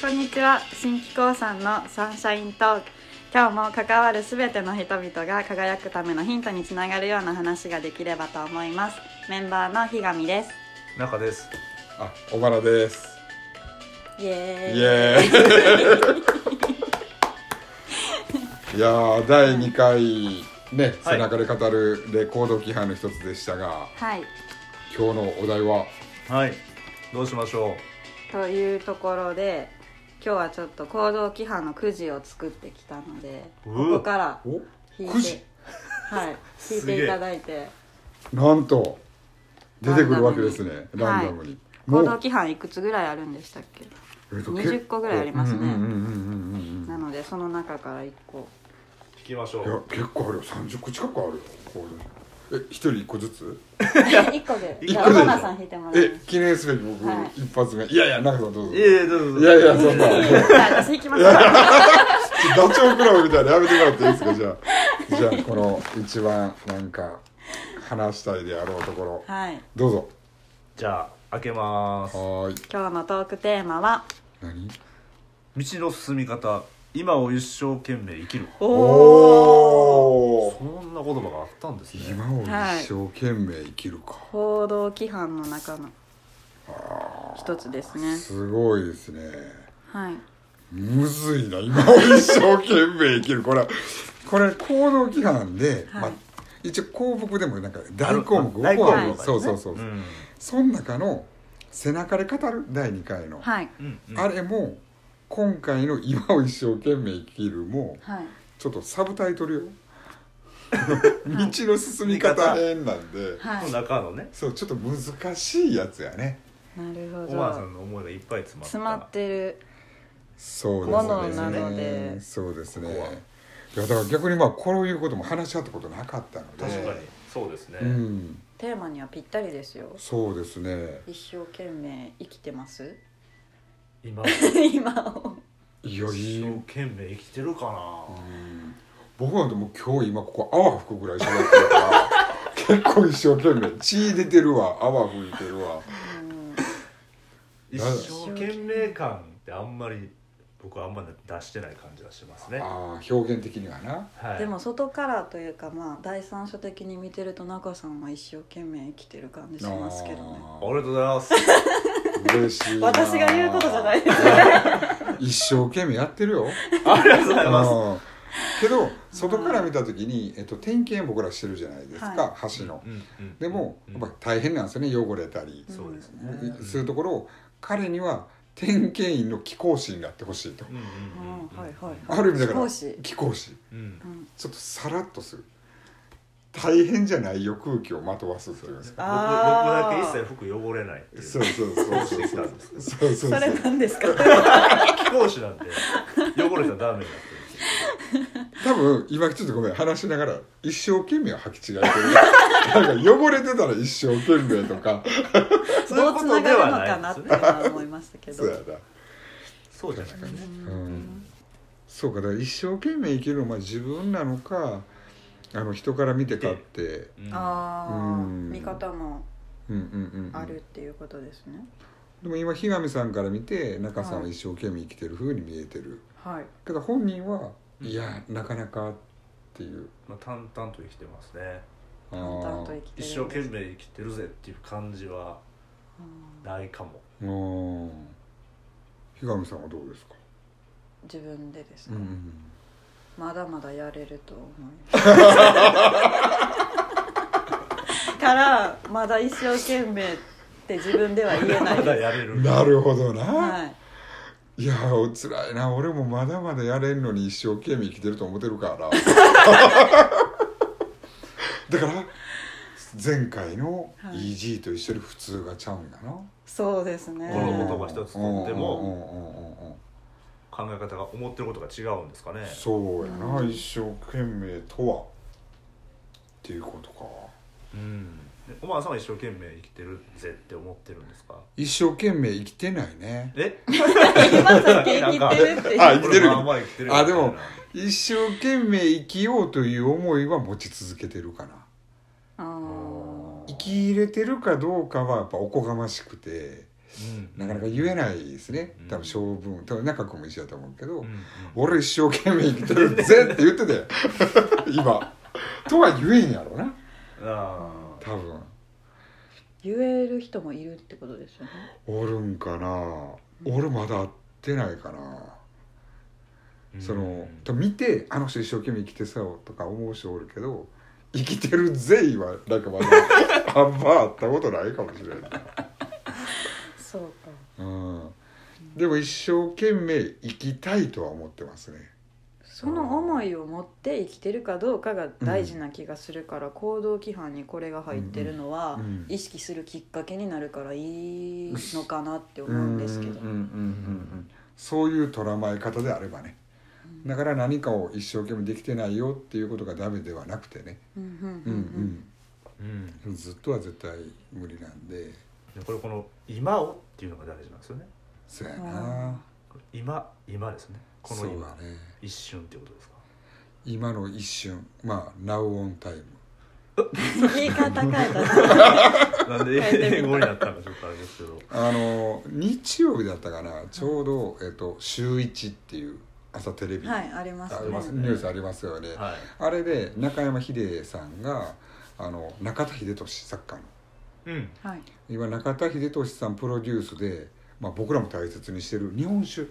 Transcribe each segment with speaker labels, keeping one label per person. Speaker 1: こんにちは新機構さんのサンシャイントーク今日も関わるすべての人々が輝くためのヒントにつながるような話ができればと思いますメンバーのひがみです
Speaker 2: 中です。
Speaker 3: あ、小原です。
Speaker 1: イエーイ
Speaker 3: イエー イ。いやー、第2回ね、
Speaker 2: はい
Speaker 3: 背中で語るレコード規範の一つでしたが、
Speaker 1: はい
Speaker 3: 今日のお題は、
Speaker 2: はい。どうしましょ
Speaker 1: というところで今日はちょっと行動規範のくじを作ってきたのでこ
Speaker 2: う
Speaker 1: こから
Speaker 3: お
Speaker 1: 引い
Speaker 3: くじ
Speaker 1: てはい 引い
Speaker 2: すげえ
Speaker 1: ていただいて
Speaker 3: なんと出てくるわけですね、ラ
Speaker 1: ラン
Speaker 3: ン
Speaker 1: ダ
Speaker 3: ダ
Speaker 1: ム
Speaker 3: ムに。
Speaker 1: 行動規範いくつぐらいあるんでしたっけ
Speaker 3: えっと
Speaker 1: 20個ぐらいありますね
Speaker 3: うんうんうんうんうんうん
Speaker 1: なのでその中から1個
Speaker 2: う。聞きましょ
Speaker 3: いや
Speaker 2: う。、
Speaker 3: 結構あるよ、30個近くあるよ、こういうのえ、一人一個ずつ
Speaker 1: 1個 でじゃあ
Speaker 3: 一個で
Speaker 1: 小原さん引いてもらい
Speaker 3: え
Speaker 1: ます、
Speaker 3: 記念すべき僕、
Speaker 1: はい
Speaker 3: 一発目。いやいや、中さんどうぞ。
Speaker 2: いやいや、どうぞ。
Speaker 3: いやいや、そんな。
Speaker 1: じゃあ私行きます か
Speaker 3: ダチョウ倶楽部みたいなのやめてもらっていいですかじゃあじゃあこの一番なんか話したいであろうところ
Speaker 1: はい
Speaker 3: どうぞ
Speaker 2: じゃあ、開けまーす。
Speaker 3: はーい
Speaker 1: 今日のトークテーマは
Speaker 3: 何
Speaker 2: 道の進み方。今を一生懸命生きる。
Speaker 1: お
Speaker 3: お
Speaker 2: そんな言葉があったんですね。
Speaker 3: 今を一生懸命生きるか、
Speaker 1: 行動規範の中の一つですね
Speaker 3: すごいですね
Speaker 1: はい
Speaker 3: むずいな今を一生懸命生きるこれこれ行動規範で、
Speaker 1: はい
Speaker 3: まあ、一応項目でもなんか大項目
Speaker 2: ある
Speaker 3: 5項目、
Speaker 1: はい
Speaker 3: そうそうそう、
Speaker 2: うん。
Speaker 3: その中の背中で語る第2回の、
Speaker 1: はい
Speaker 2: うん。うん
Speaker 3: あれも今回の「今を一生懸命生きる」も
Speaker 1: はい
Speaker 3: ちょっとサブタイトルよ道の進み方編なんで
Speaker 1: は
Speaker 2: の
Speaker 1: い
Speaker 2: 中のね、
Speaker 3: そうちょっと難しいやつやね
Speaker 1: なるほ
Speaker 2: 小原さ
Speaker 1: ど
Speaker 2: んの思いがいっぱい詰まった。
Speaker 1: 詰まってる
Speaker 3: そう
Speaker 1: ものなので
Speaker 3: そうです
Speaker 2: ここは
Speaker 3: ねいやだから逆にまあこういうことも話し合ったことなかったので
Speaker 2: 確かに。そうですね。
Speaker 3: うん
Speaker 1: テーマにはぴったりですよ
Speaker 3: そうですね
Speaker 1: 一生懸命生きてます
Speaker 2: 今。
Speaker 1: 今を
Speaker 3: いやい
Speaker 2: 一
Speaker 3: い
Speaker 2: 生懸命生きてるかな。
Speaker 3: 僕なんてもう今日今ここ泡吹くぐらい喋ってるから結構一生懸命血出てるわ泡吹いてるわ
Speaker 2: 一生懸命感ってあんまり。僕はあんまり出してない感じがしますね。
Speaker 3: ああ表現的にはな
Speaker 2: はい。
Speaker 1: でも外からというかまあ第三者的に見てると中さんは一生懸命生きてる感じしますけどね
Speaker 2: あ
Speaker 3: あ
Speaker 2: りがとうございます。
Speaker 3: ー嬉しいな
Speaker 1: 私が言うことじゃないです
Speaker 3: 一生懸命やってるよ
Speaker 2: ありがとうございます。
Speaker 3: うんけど外から見た時に、えっと、点検僕らしてるじゃないですか、
Speaker 1: は
Speaker 3: 橋の
Speaker 2: うんうん
Speaker 3: でも
Speaker 2: うん
Speaker 3: やっぱ大変なんですよね汚れたり
Speaker 1: ん
Speaker 2: そうですね。
Speaker 1: う
Speaker 3: するところを彼には点検員の貴公子になってほしいと
Speaker 2: うんうんうん
Speaker 1: う
Speaker 2: うん
Speaker 1: んはいはい
Speaker 3: ある意味だから
Speaker 1: 貴公子
Speaker 3: 貴公子
Speaker 2: うん
Speaker 1: うん
Speaker 3: ちょっとさらっとする大変じゃないよ空気をまとわすっていうか
Speaker 2: 僕僕
Speaker 1: あー
Speaker 2: だけ一切服汚れないっていう
Speaker 3: そうそう そうそうそうそうそうそう
Speaker 1: それなんですか
Speaker 2: 貴公子なんで汚れたらダメになってるんですよ
Speaker 3: 多分今ちょっとごめん話しながら一生懸命は履き違えて るなんか汚れてたら一生懸命とか
Speaker 2: そういう
Speaker 1: どう
Speaker 2: こ
Speaker 1: つ
Speaker 2: と
Speaker 1: な
Speaker 2: で
Speaker 1: がるの
Speaker 2: は
Speaker 1: か
Speaker 2: な
Speaker 1: ないっ
Speaker 2: ん
Speaker 1: ていう
Speaker 2: ですね
Speaker 1: のは思いましたけど
Speaker 3: そうやな
Speaker 2: そうじゃないですね
Speaker 3: うんそうかだから一生懸命生きるのは自分なのかあの人から見てかって
Speaker 2: うん
Speaker 1: ああ
Speaker 3: うん
Speaker 1: 見方も
Speaker 3: うんうんうん、う
Speaker 1: あるっ
Speaker 3: ん、
Speaker 1: ていうことですね
Speaker 3: でも今日上さんから見て中さんは一生懸命生きてる風に見えてる、
Speaker 1: はい
Speaker 3: けど本人は
Speaker 2: うん
Speaker 3: いやなかなかっていう
Speaker 2: まあ淡々と生きてますね
Speaker 3: あ
Speaker 1: 淡々と
Speaker 3: ー
Speaker 1: 生きて
Speaker 2: 一
Speaker 1: る
Speaker 2: 生懸命生きてるぜっていう感じは
Speaker 1: うん
Speaker 2: ないかも
Speaker 3: うん日上さんはどうですか、
Speaker 1: 自分でです
Speaker 3: う
Speaker 1: ね
Speaker 3: ん、
Speaker 1: まだまだやれると思いますからまだ一生懸命って自分では言え
Speaker 2: ま
Speaker 1: ない
Speaker 2: だ
Speaker 1: で
Speaker 2: やれる
Speaker 3: なるほどな、
Speaker 1: すはい
Speaker 3: いやーおつらいな俺もまだまだやれんのに一生懸命生きてると思ってるから だから前回の
Speaker 1: はい
Speaker 3: EG と一緒に普通がちゃうんだな、
Speaker 1: そうですね
Speaker 2: この言葉一つとって
Speaker 3: も
Speaker 2: 考え方が思ってることが違うんですかね
Speaker 3: そうやな、
Speaker 1: うん
Speaker 3: 一生懸命とはっていうことか
Speaker 2: うんでおばあさんは一生懸命生きてるぜって思ってるんですか
Speaker 3: 一生懸命生きてないね
Speaker 2: え
Speaker 1: 今さっき生きてるって
Speaker 3: あ
Speaker 1: 言
Speaker 3: 生
Speaker 2: こ
Speaker 3: きてる
Speaker 2: れまあまあ生きてるよ
Speaker 3: あでも
Speaker 2: みたいな
Speaker 3: 一生懸命生きようという思いは持ち続けてるかな
Speaker 1: あー
Speaker 3: 生き入れてるかどうかはやっぱおこがましくて
Speaker 2: うん
Speaker 3: なかなか言えないですね
Speaker 2: うん
Speaker 3: 多分性分多分中君も一緒だと思うけど、
Speaker 2: うん
Speaker 3: 俺一生懸命生きてるぜって言ってて 今とは言えんやろな
Speaker 2: ああ
Speaker 3: 多分
Speaker 1: 言える人もいるってことですよね
Speaker 3: おるんかな俺まだ会ってないかな、その多分見てあの人一生懸命生きてさよとか思う人おるけど生きてるぜはなんかまだ あんま会ったことないかもしれない
Speaker 1: そうか
Speaker 3: うんでも一生懸命生きたいとは思ってますね
Speaker 1: その思いを持って生きてるかどうかが大事な気がするから、行動規範にこれが入ってるのは、
Speaker 3: うん
Speaker 1: 意識するきっかけになるからいいのかなって思うんですけど、
Speaker 3: うんうんうんうんうんそういう捉まえ方であればねだから何かを一生懸命できてないよっていうことがダメではなくてね
Speaker 1: うんうん
Speaker 3: う
Speaker 1: うんん
Speaker 2: うん
Speaker 3: うんずっとは絶対無理なんで
Speaker 2: でこれこの今をっていうのが大事なんですよね
Speaker 3: そうやな
Speaker 2: これ今今ですねこの
Speaker 3: そうだ
Speaker 2: 今、
Speaker 3: ね
Speaker 2: 一瞬っていうことですか
Speaker 3: 今の一瞬まあ「Now on time
Speaker 1: うん言い方変えたら
Speaker 2: なんで英語になったのかちょっとあれですけど」
Speaker 3: あの日曜日だったかなちょうど、えっと「週一っていう朝テレビ、
Speaker 1: はいありま
Speaker 3: あ
Speaker 1: すね
Speaker 3: ニ
Speaker 2: ますね
Speaker 3: ュースありますよね、
Speaker 2: はい
Speaker 3: あれで中山秀さんがあの中田秀俊作家の
Speaker 2: うん
Speaker 1: はい
Speaker 3: 今中田秀俊さんプロデュースで、まあ、僕らも大切にしてる日本酒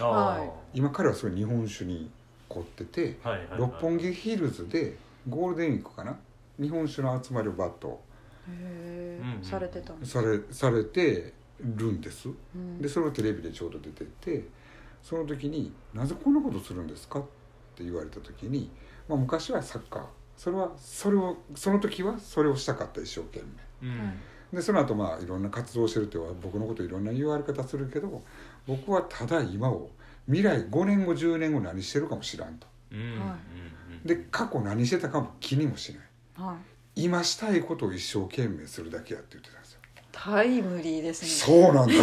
Speaker 2: ああ
Speaker 1: はい
Speaker 3: 今彼はそういう日本酒に凝ってて、
Speaker 2: はいはいはい
Speaker 3: 六本木ヒルズでゴールデンウィークかな日本酒の集まりをバッと
Speaker 1: へえ、
Speaker 2: うんうん
Speaker 1: されてたんです、
Speaker 3: されされてるんです
Speaker 1: うん
Speaker 3: でそれをテレビでちょうど出ててその時に「なぜこんなことするんですか?」って言われた時に、まあ、昔はサッカーそれはそれをその時はそれをしたかった一生懸命。
Speaker 2: うん
Speaker 3: でその後まあいろんな活動をしてるって僕のこといろんな言われ方するけど僕はただ今を未来5年後10年後何してるかも知らんと
Speaker 2: うん
Speaker 1: はい
Speaker 2: うん
Speaker 3: で過去何してたかも気にもしない
Speaker 1: はい
Speaker 3: 今したいことを一生懸命するだけやって言ってたんですよ
Speaker 1: タイムリーですね
Speaker 3: そうなんで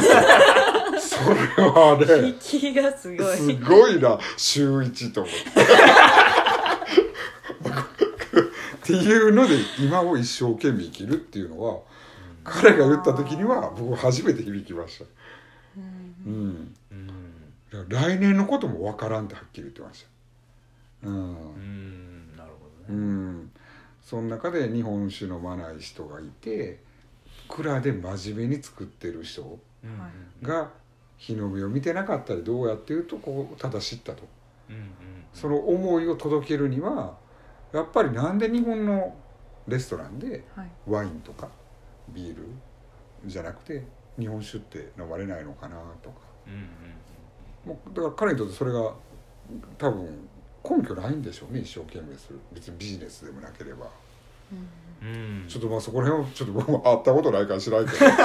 Speaker 3: すよそれ はね
Speaker 1: 引きがすごい
Speaker 3: すごいな週一と思ってっていうので今を一生懸命生きるっていうのは彼が言った時には僕初めて響きました
Speaker 1: うん
Speaker 3: うん
Speaker 2: うん
Speaker 3: だから来年のことも分からんってはっきり言ってましたうん
Speaker 2: う、んなるほど
Speaker 3: う
Speaker 2: ね
Speaker 3: ん、その中で日本酒飲まない人がいて蔵で真面目に作ってる人
Speaker 2: うん
Speaker 1: はい
Speaker 3: が日の目を見てなかったりどうやっていうとこうただ知ったと
Speaker 2: うんうん
Speaker 3: その思いを届けるにはやっぱりなんで日本のレストランで
Speaker 1: はい
Speaker 3: ワインとかビールじゃなくて日本酒って飲まれないのかなとか
Speaker 2: うんうん
Speaker 3: もうだから彼にとってそれが多分根拠ないんでしょうね一生懸命する別にビジネスでもなければ
Speaker 1: うん
Speaker 2: うんうん
Speaker 3: ちょっとまあそこら辺はちょっと僕も会ったことないから知らんけど はい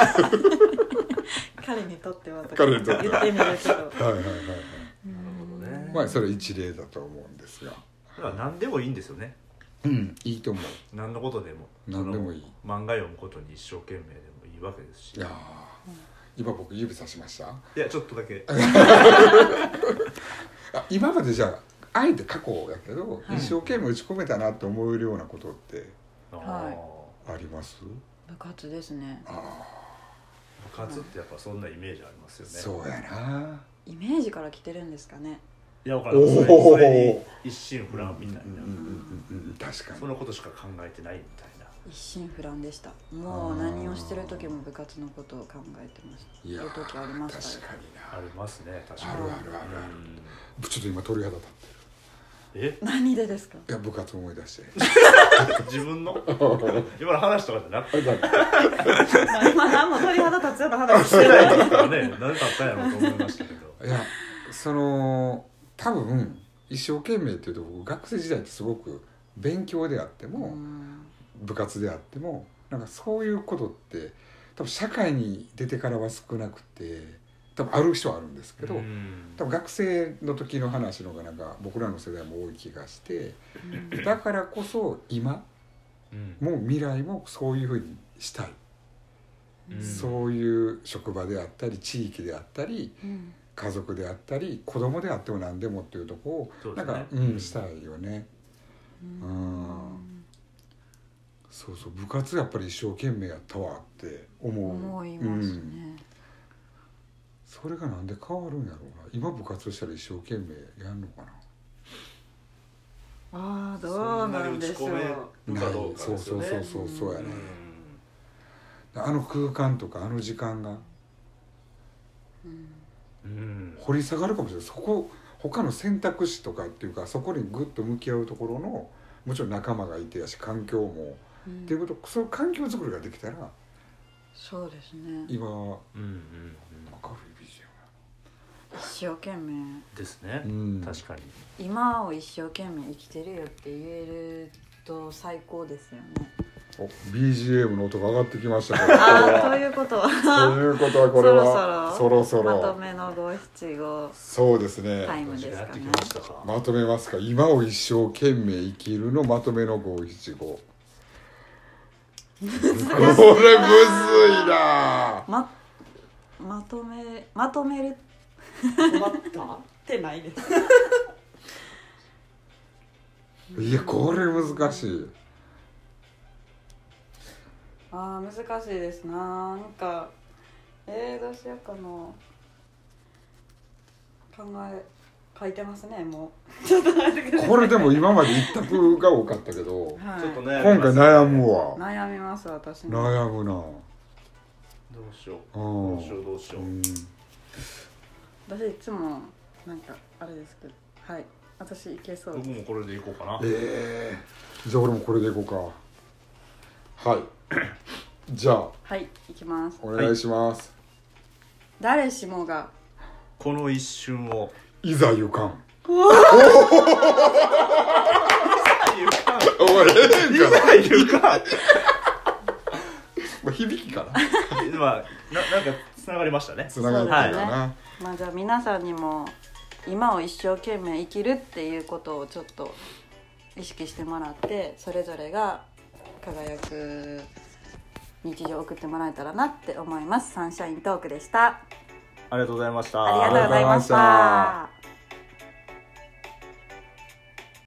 Speaker 1: 彼にとってはとか
Speaker 3: 彼
Speaker 1: 言っ
Speaker 3: に
Speaker 1: て
Speaker 3: とっ
Speaker 1: み
Speaker 3: て
Speaker 1: る
Speaker 3: は
Speaker 1: けど
Speaker 3: はいはい
Speaker 2: な
Speaker 3: は
Speaker 2: るほどね
Speaker 3: いまあそれは一例だと思うんですが
Speaker 2: だから何でもいいんですよね
Speaker 3: うんいいと思
Speaker 2: 何のことでも
Speaker 3: う何でもいい
Speaker 2: その漫画読むことに一生懸命でもいいわけですし
Speaker 3: いやー今僕指さしました
Speaker 2: いやちょっとだけ
Speaker 3: あ今までじゃああえて過去やけど、
Speaker 1: はい
Speaker 3: 一生懸命打ち込めたなって思えるようなことって
Speaker 2: あ
Speaker 1: はい
Speaker 2: あ
Speaker 3: あります
Speaker 1: 部活ですね
Speaker 2: 部活ってやっぱそんなイメージありますよね、
Speaker 3: そうやな
Speaker 1: イメージから来てるんですかね
Speaker 2: いやわからんそれ
Speaker 3: おー
Speaker 2: それに一心不乱みたいな、
Speaker 3: うんうんうんうん確かに
Speaker 2: そのことしか考えてないみたいな
Speaker 1: 一心不乱でしたもう何をしてる時も部活のことを考えてました
Speaker 3: いや
Speaker 1: いう
Speaker 3: ー
Speaker 1: 時ありまし
Speaker 3: 確
Speaker 1: た
Speaker 3: か
Speaker 1: よ
Speaker 3: にな
Speaker 2: ありますね確かに
Speaker 3: あるあるあるある
Speaker 2: うん
Speaker 3: ちょっと今鳥肌立っ
Speaker 2: え
Speaker 1: 何でですか
Speaker 3: ていや部活思い出して
Speaker 2: 自分 の今の話とかじゃなく て
Speaker 1: まあ今何も鳥肌立つような話して
Speaker 2: な
Speaker 1: ない
Speaker 2: いですからね何だったんやろうと思いましたけど
Speaker 3: いやその多分一生懸命っていうと僕学生時代ってすごく勉強であって
Speaker 1: う
Speaker 3: も、
Speaker 1: ん
Speaker 3: 部活であってもなんかそういうことって多分社会に出てからは少なくて多分ある人はあるんですけど、
Speaker 2: うん
Speaker 3: 多分学生の時の話の方がなんか僕らの世代も多い気がして
Speaker 1: うん
Speaker 3: だからこそ今
Speaker 2: うん
Speaker 3: も未来もそういうふうにしたい、
Speaker 2: うん
Speaker 3: そういう職場であったり地域であったり
Speaker 1: うん
Speaker 3: 家族であったり子供であっても何でもっていうとこを
Speaker 2: そうで
Speaker 3: な
Speaker 2: す
Speaker 3: ん
Speaker 2: ね
Speaker 3: か、うん、したいよね。
Speaker 1: うん
Speaker 3: うんそうそう部活やっぱり一生懸命やったわって思う
Speaker 1: 思いますね
Speaker 3: それがなんで変わるんやろうな今部活したら一生懸命やんのかな
Speaker 1: ああどうなんでしょ
Speaker 2: そんなに打ち
Speaker 1: う
Speaker 2: 込めるかどうか
Speaker 3: そう
Speaker 2: です
Speaker 3: そ
Speaker 2: よ
Speaker 3: う
Speaker 2: ね
Speaker 3: そうそうそうや
Speaker 2: う
Speaker 3: ね、
Speaker 2: ん
Speaker 3: あの空間とかあの時間が
Speaker 2: うん
Speaker 3: 掘り下がるかもしれないそこ他の選択肢とかっていうかそこにグッと向き合うところのもちろん仲間がいてやし環境も、
Speaker 1: うん
Speaker 3: っていうことその環境づくりができたら
Speaker 1: そうですね
Speaker 3: 今明
Speaker 2: う
Speaker 3: る
Speaker 2: んうん
Speaker 3: いビジョ
Speaker 1: 一生懸命
Speaker 2: ですね
Speaker 3: ンやな
Speaker 2: 確かに
Speaker 1: 今を一生懸命生きてるよって言えると最高ですよね
Speaker 3: お BGM の音が上がってきましたか
Speaker 1: ああと
Speaker 3: ら
Speaker 1: いうことは
Speaker 3: ということはこれは
Speaker 1: そ
Speaker 3: ろそ
Speaker 1: まとめの五七五
Speaker 3: そうですね、
Speaker 1: タイムです
Speaker 2: やっ
Speaker 1: か
Speaker 2: てき
Speaker 1: ね
Speaker 2: ましたか
Speaker 3: まとめますか今を一生懸命生きるのまとめの五七五これむずいな
Speaker 1: ままとめまとめる
Speaker 4: 困った
Speaker 1: ってないです
Speaker 3: いやこれ難しい
Speaker 1: あー難しいですななんかえー、どうしようかな考え書いてますねもう ちょっと待ってください
Speaker 3: これでも今まで一択が多かったけど
Speaker 1: はい、
Speaker 2: ちょっと
Speaker 3: 今
Speaker 2: ね
Speaker 3: 回悩むわ
Speaker 1: 悩みます私も
Speaker 3: 悩むな
Speaker 2: どうしよう
Speaker 3: うん
Speaker 2: どうしようどうしよ
Speaker 3: う
Speaker 2: うん
Speaker 1: 私いつもなんかあれですけどはい私いけそう
Speaker 2: 僕もこれでいこうかな
Speaker 3: えー、じゃあ俺もこれでいこうかはい じゃあ
Speaker 1: はいいきます
Speaker 3: お願いします、
Speaker 1: 誰しもが
Speaker 2: この一瞬を
Speaker 3: い、ざ予感
Speaker 2: ゆか
Speaker 3: お前ええんか な
Speaker 2: ゆか
Speaker 3: まあ響きかな
Speaker 2: 今ななんかつながりましたね
Speaker 3: つながってるよな、
Speaker 1: まあじゃあ皆さんにも今を一生懸命生きるっていうことをちょっと意識してもらってそれぞれが輝く日常を送ってもらえたらなって思いますサンシャイントークでした
Speaker 2: ありがとうございました
Speaker 1: ありがとうございました